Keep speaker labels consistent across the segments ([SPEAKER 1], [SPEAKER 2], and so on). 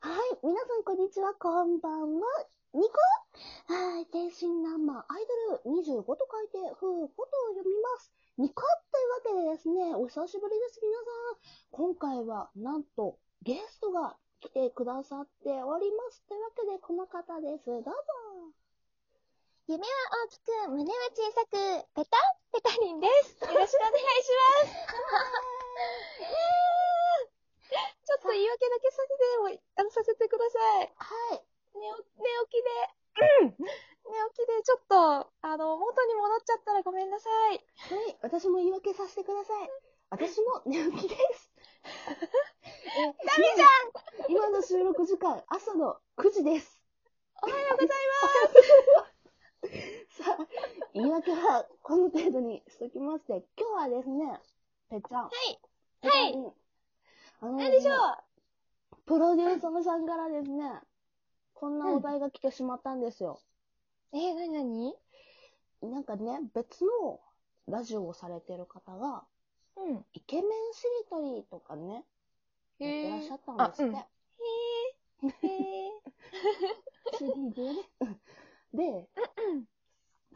[SPEAKER 1] はい。皆さん、こんにちは。こんばんは。ニコはい。天真爛漫アイドル25と書いて、ふうこと読みます。ニコというわけでですね、お久しぶりです、皆さん。今回は、なんと、ゲストが来てくださっております。というわけで、この方です。どうぞ。
[SPEAKER 2] 夢は大きく、胸は小さく、ペタンペタリンです。よろしくお願いします。ちょっと言い訳だけさせて、もうあの、させてください。
[SPEAKER 1] はい。
[SPEAKER 2] 寝お寝起きで、うん寝起きで、ちょっと、あの、元に戻っちゃったらごめんなさい。
[SPEAKER 1] はい、私も言い訳させてください。私も寝起き です。ダメじゃん今の収録時間、朝の9時です。
[SPEAKER 2] おはようござい
[SPEAKER 1] さあ、言い訳はこの程度にしときまして、今日はですね、ぺっちゃん。
[SPEAKER 2] ます。は
[SPEAKER 1] ぺっちゃ
[SPEAKER 2] い。
[SPEAKER 1] ん。あの
[SPEAKER 2] なんでしょう
[SPEAKER 1] ねプロデューサーさんからですね、こんなお題が来てしまったんですよ。
[SPEAKER 2] えー、なになに
[SPEAKER 1] なんかね、別のラジオをされてる方が、
[SPEAKER 2] うん。
[SPEAKER 1] イケメンしりとりとかね、やってらっしゃったんです
[SPEAKER 2] へ
[SPEAKER 1] っ
[SPEAKER 2] ー
[SPEAKER 1] て。
[SPEAKER 2] あうんへえ。
[SPEAKER 1] CD でね。で、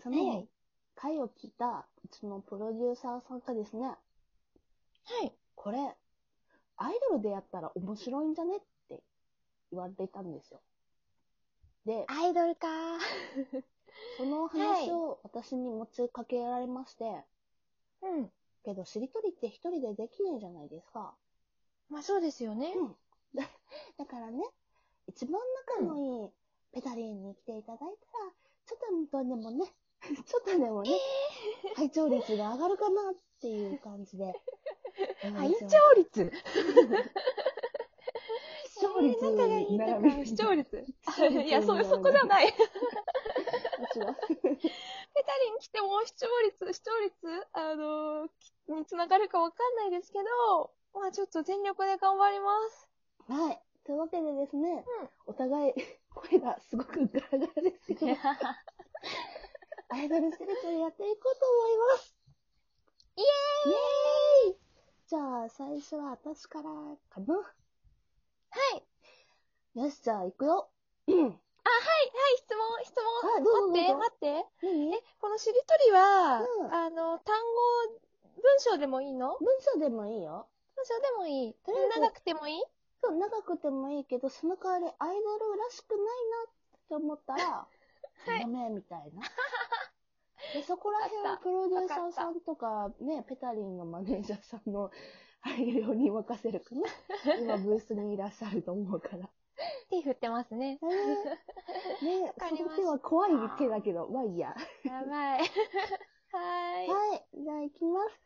[SPEAKER 1] そ
[SPEAKER 2] はいは
[SPEAKER 1] の
[SPEAKER 2] い
[SPEAKER 1] 回を聞いた、そのプロデューサーさんがですね、
[SPEAKER 2] はい。
[SPEAKER 1] これ、アイドルでやったら面白いんじゃねって言われていたんですよ。で、
[SPEAKER 2] アイドルか
[SPEAKER 1] その話を私に持ちかけられまして、
[SPEAKER 2] うん。
[SPEAKER 1] けど、しりとりって一人でできないじゃないですか。
[SPEAKER 2] まあ、そうですよね。
[SPEAKER 1] うん。だだからね、一番仲のいいペタリンに来ていただいたら、ちょっとでもね、 ちょっとでもね、拝聴率が上がるかなっていう感じ で。
[SPEAKER 2] 拝聴
[SPEAKER 1] 視
[SPEAKER 2] 率。
[SPEAKER 1] 聴率
[SPEAKER 2] 仲がいい
[SPEAKER 1] 並
[SPEAKER 2] とか、
[SPEAKER 1] び
[SPEAKER 2] 視聴率。
[SPEAKER 1] 率
[SPEAKER 2] いや、そう、そこじゃない。ペ
[SPEAKER 1] 私は
[SPEAKER 2] タリン来ても視聴率、視聴率、あのーきにつながるかわかんないですけど、まあちょっと全力で頑張り ます。
[SPEAKER 1] はい。というわけでですね、お互い声がすごくガラガラですけど、 アイドルセレクトやっていこうと思います。
[SPEAKER 2] イエーイ
[SPEAKER 1] イエーイじゃあ、最初は私からかな。
[SPEAKER 2] はい。
[SPEAKER 1] よし、じゃあ、行くよ。うん
[SPEAKER 2] はい、質問、質
[SPEAKER 1] あどうぞ
[SPEAKER 2] 問。待って、
[SPEAKER 1] どうぞ
[SPEAKER 2] 待って。
[SPEAKER 1] 何
[SPEAKER 2] え、このしりとりは、
[SPEAKER 1] うん
[SPEAKER 2] あの、単語、文章でもいいの文
[SPEAKER 1] 文章でもいいよ。
[SPEAKER 2] 章でもいい。
[SPEAKER 1] とりあえず
[SPEAKER 2] 長くてもいい
[SPEAKER 1] そう、長くてもいいけど、その代わりアイドルらしくないなって思ったら、
[SPEAKER 2] い
[SPEAKER 1] ダメみたいな。でそこら辺はプロデューサーさんとか、ね、ペタリンのマネージャーさんの配慮に任せるかな。今ブースにいらっしゃると思う から。
[SPEAKER 2] 手振ってますね。
[SPEAKER 1] ねね
[SPEAKER 2] かりま
[SPEAKER 1] その
[SPEAKER 2] した
[SPEAKER 1] 手は怖い手だけど、まあいいや。は、
[SPEAKER 2] やば い。はいーい。
[SPEAKER 1] じゃあ行きます。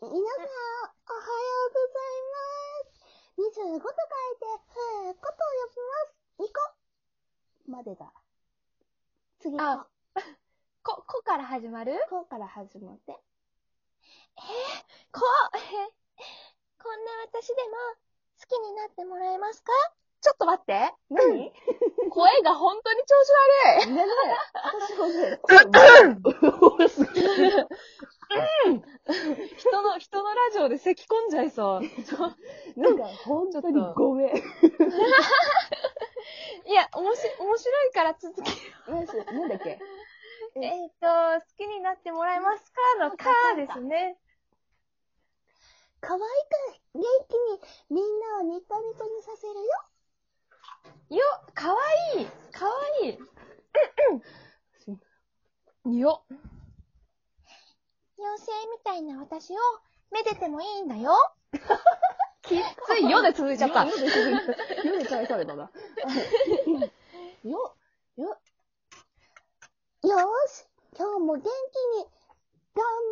[SPEAKER 1] 皆さん、おはようございます。25と書いて、ふーことを呼びます。ニコまでだ。次、こ
[SPEAKER 2] あこ、こから始まる
[SPEAKER 1] こうから始まって。
[SPEAKER 2] こ、え、こんな私でも好きになってもらえますかちょっと待って。
[SPEAKER 1] 何
[SPEAKER 2] 声が本当に調子悪い。
[SPEAKER 1] 全然、私もね、こう、すごい。
[SPEAKER 2] 人の、人のラジオで咳込んじゃいそう。
[SPEAKER 1] なんか、本当にごめん。
[SPEAKER 2] いや、おもし、面白いから続け。
[SPEAKER 1] なんしなんだっけ
[SPEAKER 2] えっと、好きになってもらえますかのかですね。
[SPEAKER 1] 可愛く、元気に、みんなをニコニコにさせるよ。
[SPEAKER 2] よ、かわいい。かわいい。よ。妖精みたいな私をめでてもいいんだよ。 きついよで続いちゃった。
[SPEAKER 1] よで続いた。よで返されたな。よ、よ。よーし、今日も元気に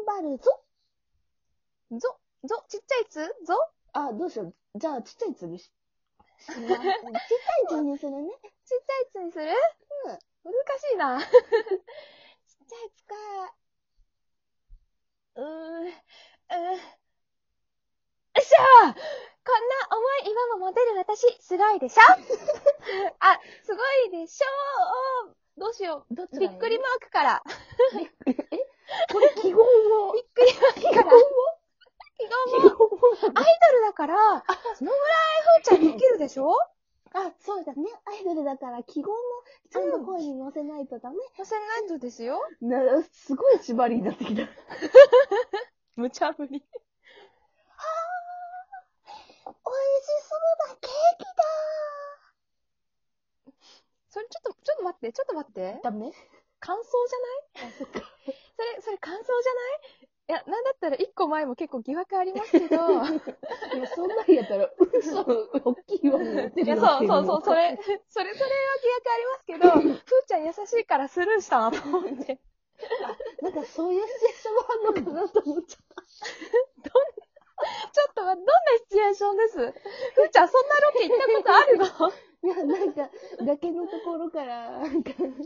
[SPEAKER 1] 頑張るぞ。
[SPEAKER 2] ぞ、ぞ、ちっちゃいつぞ
[SPEAKER 1] あ、どうしよう。じゃあ、ちっちゃいつにし、しますちっちゃいつにするね。
[SPEAKER 2] ちっちゃいつにする
[SPEAKER 1] うん。
[SPEAKER 2] 難しいな。ちっちゃいつか。うーん、うーん。よっしゃーこんな重い岩も持てる私、すごいでし ょあ、すごいでしょどうしよ
[SPEAKER 1] どっ
[SPEAKER 2] う。びっくりマークから。
[SPEAKER 1] えこれ、記号も
[SPEAKER 2] びっくり マークから。
[SPEAKER 1] 記号も
[SPEAKER 2] アイドルだから、そのぐらいふーちゃんできるでしょ
[SPEAKER 1] あ、そうだね。アイドルだから、記号も人の声に乗せないとダメ。
[SPEAKER 2] 乗せないとですよ。
[SPEAKER 1] な、すごい縛りになってきた。
[SPEAKER 2] 無茶ぶり。
[SPEAKER 1] 美味しそうなケーキ
[SPEAKER 2] それちょっと、ちょっと待って、ちょっと待って。
[SPEAKER 1] だダメ
[SPEAKER 2] 感想じゃない それ、それ感想じゃないいや、なんだったら一個前も結構疑惑ありますけど。
[SPEAKER 1] いや、そんなんやったら、嘘、大きいわになって
[SPEAKER 2] い
[SPEAKER 1] る
[SPEAKER 2] や、
[SPEAKER 1] なっ
[SPEAKER 2] そ
[SPEAKER 1] てい
[SPEAKER 2] うそうそう、それ、それそれは疑惑ありますけど、ふーちゃん優しいからスルーしたなと思って。
[SPEAKER 1] なんかそういうシチュエーションもあんのかなと思っちゃっ
[SPEAKER 2] ちょっと待って、どんなシチュエーションですふーちゃん、そんなロケ行ったことあるの
[SPEAKER 1] た。いや、なんか、崖のところから、なんか、
[SPEAKER 2] うん。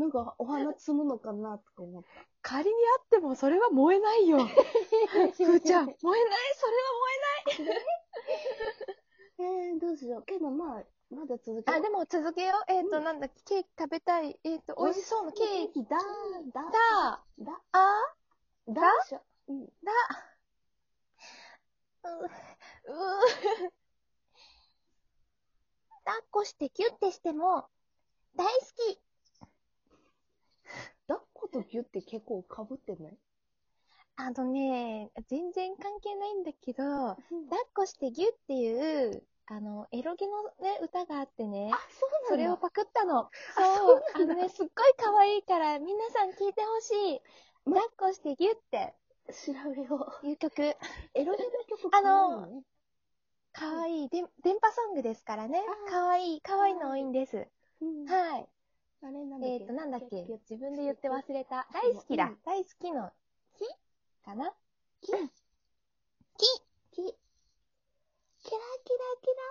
[SPEAKER 1] なんかお花摘むのかなとか思っ
[SPEAKER 2] 仮にあっても、それは燃えないよ。
[SPEAKER 1] た。
[SPEAKER 2] ふーちゃん、
[SPEAKER 1] え
[SPEAKER 2] 燃えない、それは
[SPEAKER 1] ー、どうしよう。けどまあ、まだ続け
[SPEAKER 2] 燃えない。あ、でも続けよう。えっ、と、なんだっけ、ケーキ食べたい。えっ、と、美味しそうなケーキ
[SPEAKER 1] キだ、だ、
[SPEAKER 2] だ、あ
[SPEAKER 1] だ、
[SPEAKER 2] ー、
[SPEAKER 1] だ、
[SPEAKER 2] だ
[SPEAKER 1] しょ。うん。
[SPEAKER 2] だ。 う、う、抱っこしてキュッてしても、大好き。
[SPEAKER 1] 抱っことギュって結構被ってない
[SPEAKER 2] あのね、全然関係ないんだけど、抱っこしてギュッていう、あの、エロゲのね、歌があってね
[SPEAKER 1] あ、、そ
[SPEAKER 2] そう
[SPEAKER 1] な
[SPEAKER 2] れ
[SPEAKER 1] ん
[SPEAKER 2] を
[SPEAKER 1] だ。
[SPEAKER 2] パクったの。
[SPEAKER 1] そ
[SPEAKER 2] そうう、
[SPEAKER 1] な
[SPEAKER 2] あ
[SPEAKER 1] んだ
[SPEAKER 2] のね、すっごい可愛いから、皆さん聞いてほしい。抱っこしてギュッて
[SPEAKER 1] それを調べよ
[SPEAKER 2] いう曲。
[SPEAKER 1] う。エロゲの曲
[SPEAKER 2] あの
[SPEAKER 1] 可愛いね
[SPEAKER 2] 可愛いで電波ソングですからね
[SPEAKER 1] あ。ー
[SPEAKER 2] 可愛い可愛いの多いんです。
[SPEAKER 1] うん
[SPEAKER 2] はい。
[SPEAKER 1] あれなんだっけ
[SPEAKER 2] えっ、と、なんだっけ
[SPEAKER 1] キュッ
[SPEAKER 2] 自分で言って忘れた。
[SPEAKER 1] キュッ
[SPEAKER 2] 大好きだ
[SPEAKER 1] うん。
[SPEAKER 2] 大好きの、きかな
[SPEAKER 1] キュッ
[SPEAKER 2] き
[SPEAKER 1] キラキラキラ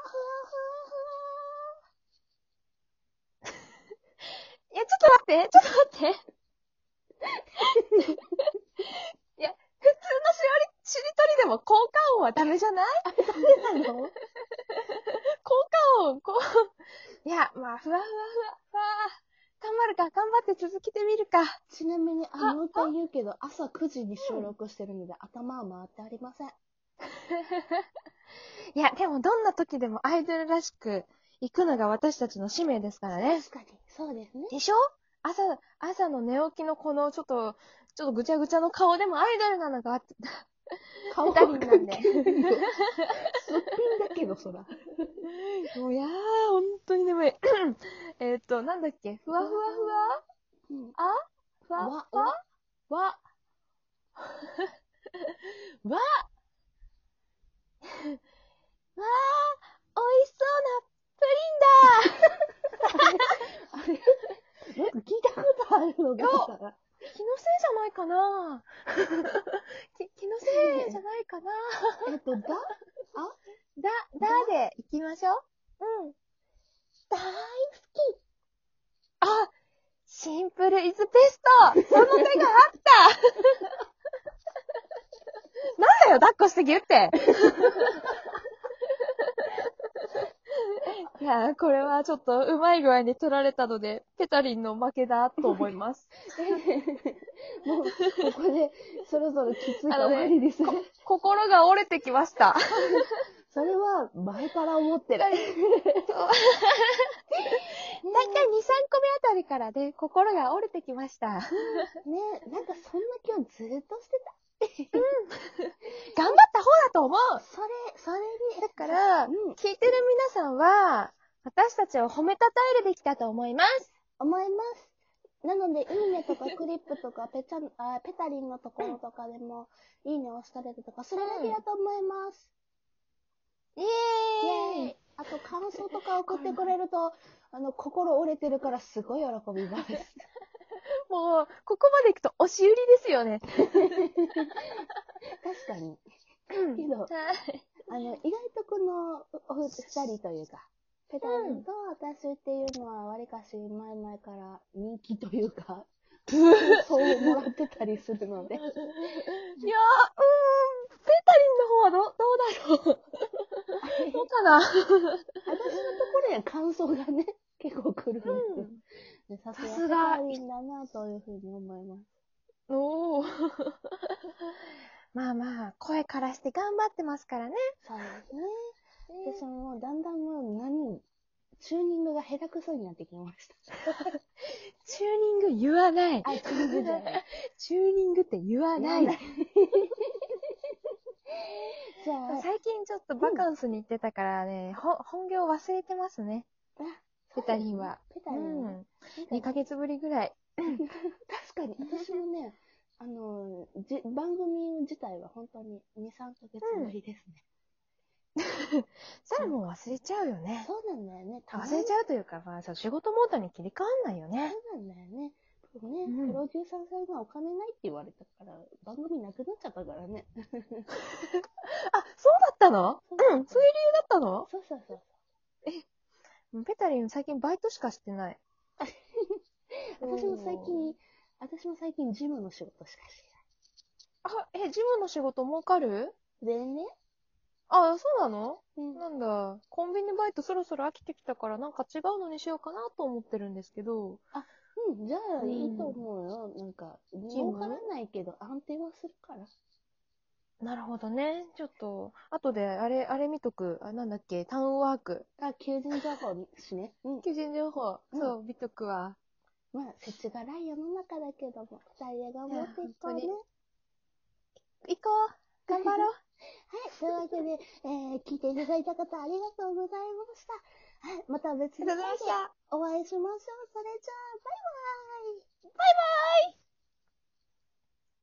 [SPEAKER 1] ふわ
[SPEAKER 2] いや、ちょっと待って、ちょっと待って。 いや、普通のしおり、しりとりでも効果音はダメじゃない
[SPEAKER 1] ふわふわ。そうなの
[SPEAKER 2] 効果音、こう。いや、まあ、ふわふわふわ、ふわ。頑張るか、頑張って続けてみるか。
[SPEAKER 1] ちなみに、あ
[SPEAKER 2] あ
[SPEAKER 1] の歌言うけど、朝9時に収録してるので、頭は回ってありません。
[SPEAKER 2] いや、でもどんな時でもアイドルらしく行くのが私たちの使命ですからね。
[SPEAKER 1] 確かに、そうですね。
[SPEAKER 2] でしょ朝、朝の寝起きのこのちょっと、ちょっとぐちゃぐちゃの顔でもアイドルなのがあって、
[SPEAKER 1] 顔
[SPEAKER 2] 二人なんで。
[SPEAKER 1] すっぴんだけど、そら。
[SPEAKER 2] もういやー、本当に眠い。 えっと、なんだっけふわふ わ
[SPEAKER 1] うん
[SPEAKER 2] ふわ、ふわ
[SPEAKER 1] わ、、
[SPEAKER 2] ふ
[SPEAKER 1] わ、
[SPEAKER 2] わ、わ、 わ、わー、美味 しそうなプリンだ
[SPEAKER 1] あれなんか聞いたことあるのが
[SPEAKER 2] よ
[SPEAKER 1] さ、
[SPEAKER 2] 気のせいじゃないかな き気のせいじゃないかな
[SPEAKER 1] えっと、だ、
[SPEAKER 2] だ、だで行きましょう。うん。
[SPEAKER 1] 大好き。
[SPEAKER 2] あシンプルイズベストその手があった なんだよ、抱っこしてぎゅ って。いやー、これはちょっとうまい具合に取られたので、ペタリンの負けだと思います。
[SPEAKER 1] もう、ここで、そろそろきついから
[SPEAKER 2] あの
[SPEAKER 1] 終
[SPEAKER 2] ね
[SPEAKER 1] わりですね。
[SPEAKER 2] 心が折れてきました。
[SPEAKER 1] それは、前から思ってる。
[SPEAKER 2] 大体2、3個目あたりからで、心が折れてきました。頑
[SPEAKER 1] ねなんかそんな気はずっとしてた。
[SPEAKER 2] 張った方だと思う
[SPEAKER 1] それ、それに、
[SPEAKER 2] だから
[SPEAKER 1] うん、
[SPEAKER 2] 聞いてる皆さんは、私たちを褒めたたえるべきだと思います。
[SPEAKER 1] 思います。なので、いいねとかクリップとか、ペチャン、あペタリンのところとかでも、いいね押したりとか、それだけだと思います。
[SPEAKER 2] イ
[SPEAKER 1] イ
[SPEAKER 2] エ
[SPEAKER 1] ェ
[SPEAKER 2] ー
[SPEAKER 1] ー
[SPEAKER 2] イ
[SPEAKER 1] イあと、感想とか送ってくれると、あの、心折れてるから、すごい喜びます。
[SPEAKER 2] もう、ここまで行くと押し売りですよね。
[SPEAKER 1] 確かに。
[SPEAKER 2] うん
[SPEAKER 1] けど
[SPEAKER 2] はい
[SPEAKER 1] あの、意外とこの、おお二人というか、ペタリンと私っていうのは、わりかし前々から人気というか、そうもらってたりするので。
[SPEAKER 2] いやー、うーん、ペタリンの方はど、どうだろう。どうかな。
[SPEAKER 1] 私のところには感想がね、 結構来るんですよ。さ
[SPEAKER 2] さ
[SPEAKER 1] す
[SPEAKER 2] す
[SPEAKER 1] が
[SPEAKER 2] が
[SPEAKER 1] ペタリンだなというふうに思います。
[SPEAKER 2] おー。まあまあ、声からして頑張ってますからね。
[SPEAKER 1] そうですね。私ももうだんだんチューニングが下手くそになってきました。
[SPEAKER 2] チューニング言わない。
[SPEAKER 1] あ、チューニングじゃない。
[SPEAKER 2] チューニングって言 わない。
[SPEAKER 1] じゃあ、
[SPEAKER 2] 最近ちょっとバカンスに行ってたからね、ほ本業忘れてますね。ペタリンは。
[SPEAKER 1] ペタ
[SPEAKER 2] う
[SPEAKER 1] リンは。
[SPEAKER 2] ん。2ヶ月ぶりぐらい。
[SPEAKER 1] 確かに、私もね、あの、じ番組自体は本当に2、3ヶ月ぶりですね。
[SPEAKER 2] それもう忘れちゃうよね。
[SPEAKER 1] そうなんだよね。たまに
[SPEAKER 2] 忘れちゃうというか、まあ、そう仕事モードに切り替わんないよね。
[SPEAKER 1] そうなんだよね。でもね、
[SPEAKER 2] うん
[SPEAKER 1] プロデューサーさんがお金ないって言われたから、番組なくなっちゃったからね。
[SPEAKER 2] あ、そうだったの、
[SPEAKER 1] そううんだ
[SPEAKER 2] そう
[SPEAKER 1] った
[SPEAKER 2] いう理由だったの
[SPEAKER 1] そうそうそう。
[SPEAKER 2] ペタリン最近バイトしかしてない。
[SPEAKER 1] 私も最
[SPEAKER 2] おー
[SPEAKER 1] 近、私も最近ジムの仕事しかし
[SPEAKER 2] あ、え、ジムの仕事儲かる
[SPEAKER 1] ない。でね、
[SPEAKER 2] あ、そうなの
[SPEAKER 1] うん
[SPEAKER 2] なんだ、コンビニバイトそろそろ飽きてきたからなんか違うのにしようかなと思ってるんですけど。
[SPEAKER 1] うん、じゃあ
[SPEAKER 2] うん
[SPEAKER 1] いいと思うよ。なんか、儲からないけど安定はするから。
[SPEAKER 2] なるほどね。ちょっと、後であれ、あれ見とく。あ、なんだっけ、タウンワーク。
[SPEAKER 1] あ、求人情報しね。 うん。
[SPEAKER 2] 求人情報。
[SPEAKER 1] うん
[SPEAKER 2] そう、見とくわ。
[SPEAKER 1] まあ、世知辛い世の中だけども、二人で頑張っていこうね
[SPEAKER 2] い。や行こう。頑張 ろう。
[SPEAKER 1] はい、というわけで、えー、聞いていただいた方ありがとうございました。はい、また別の回でお会いしましょう。それじゃあ、バイバイ。バイバイ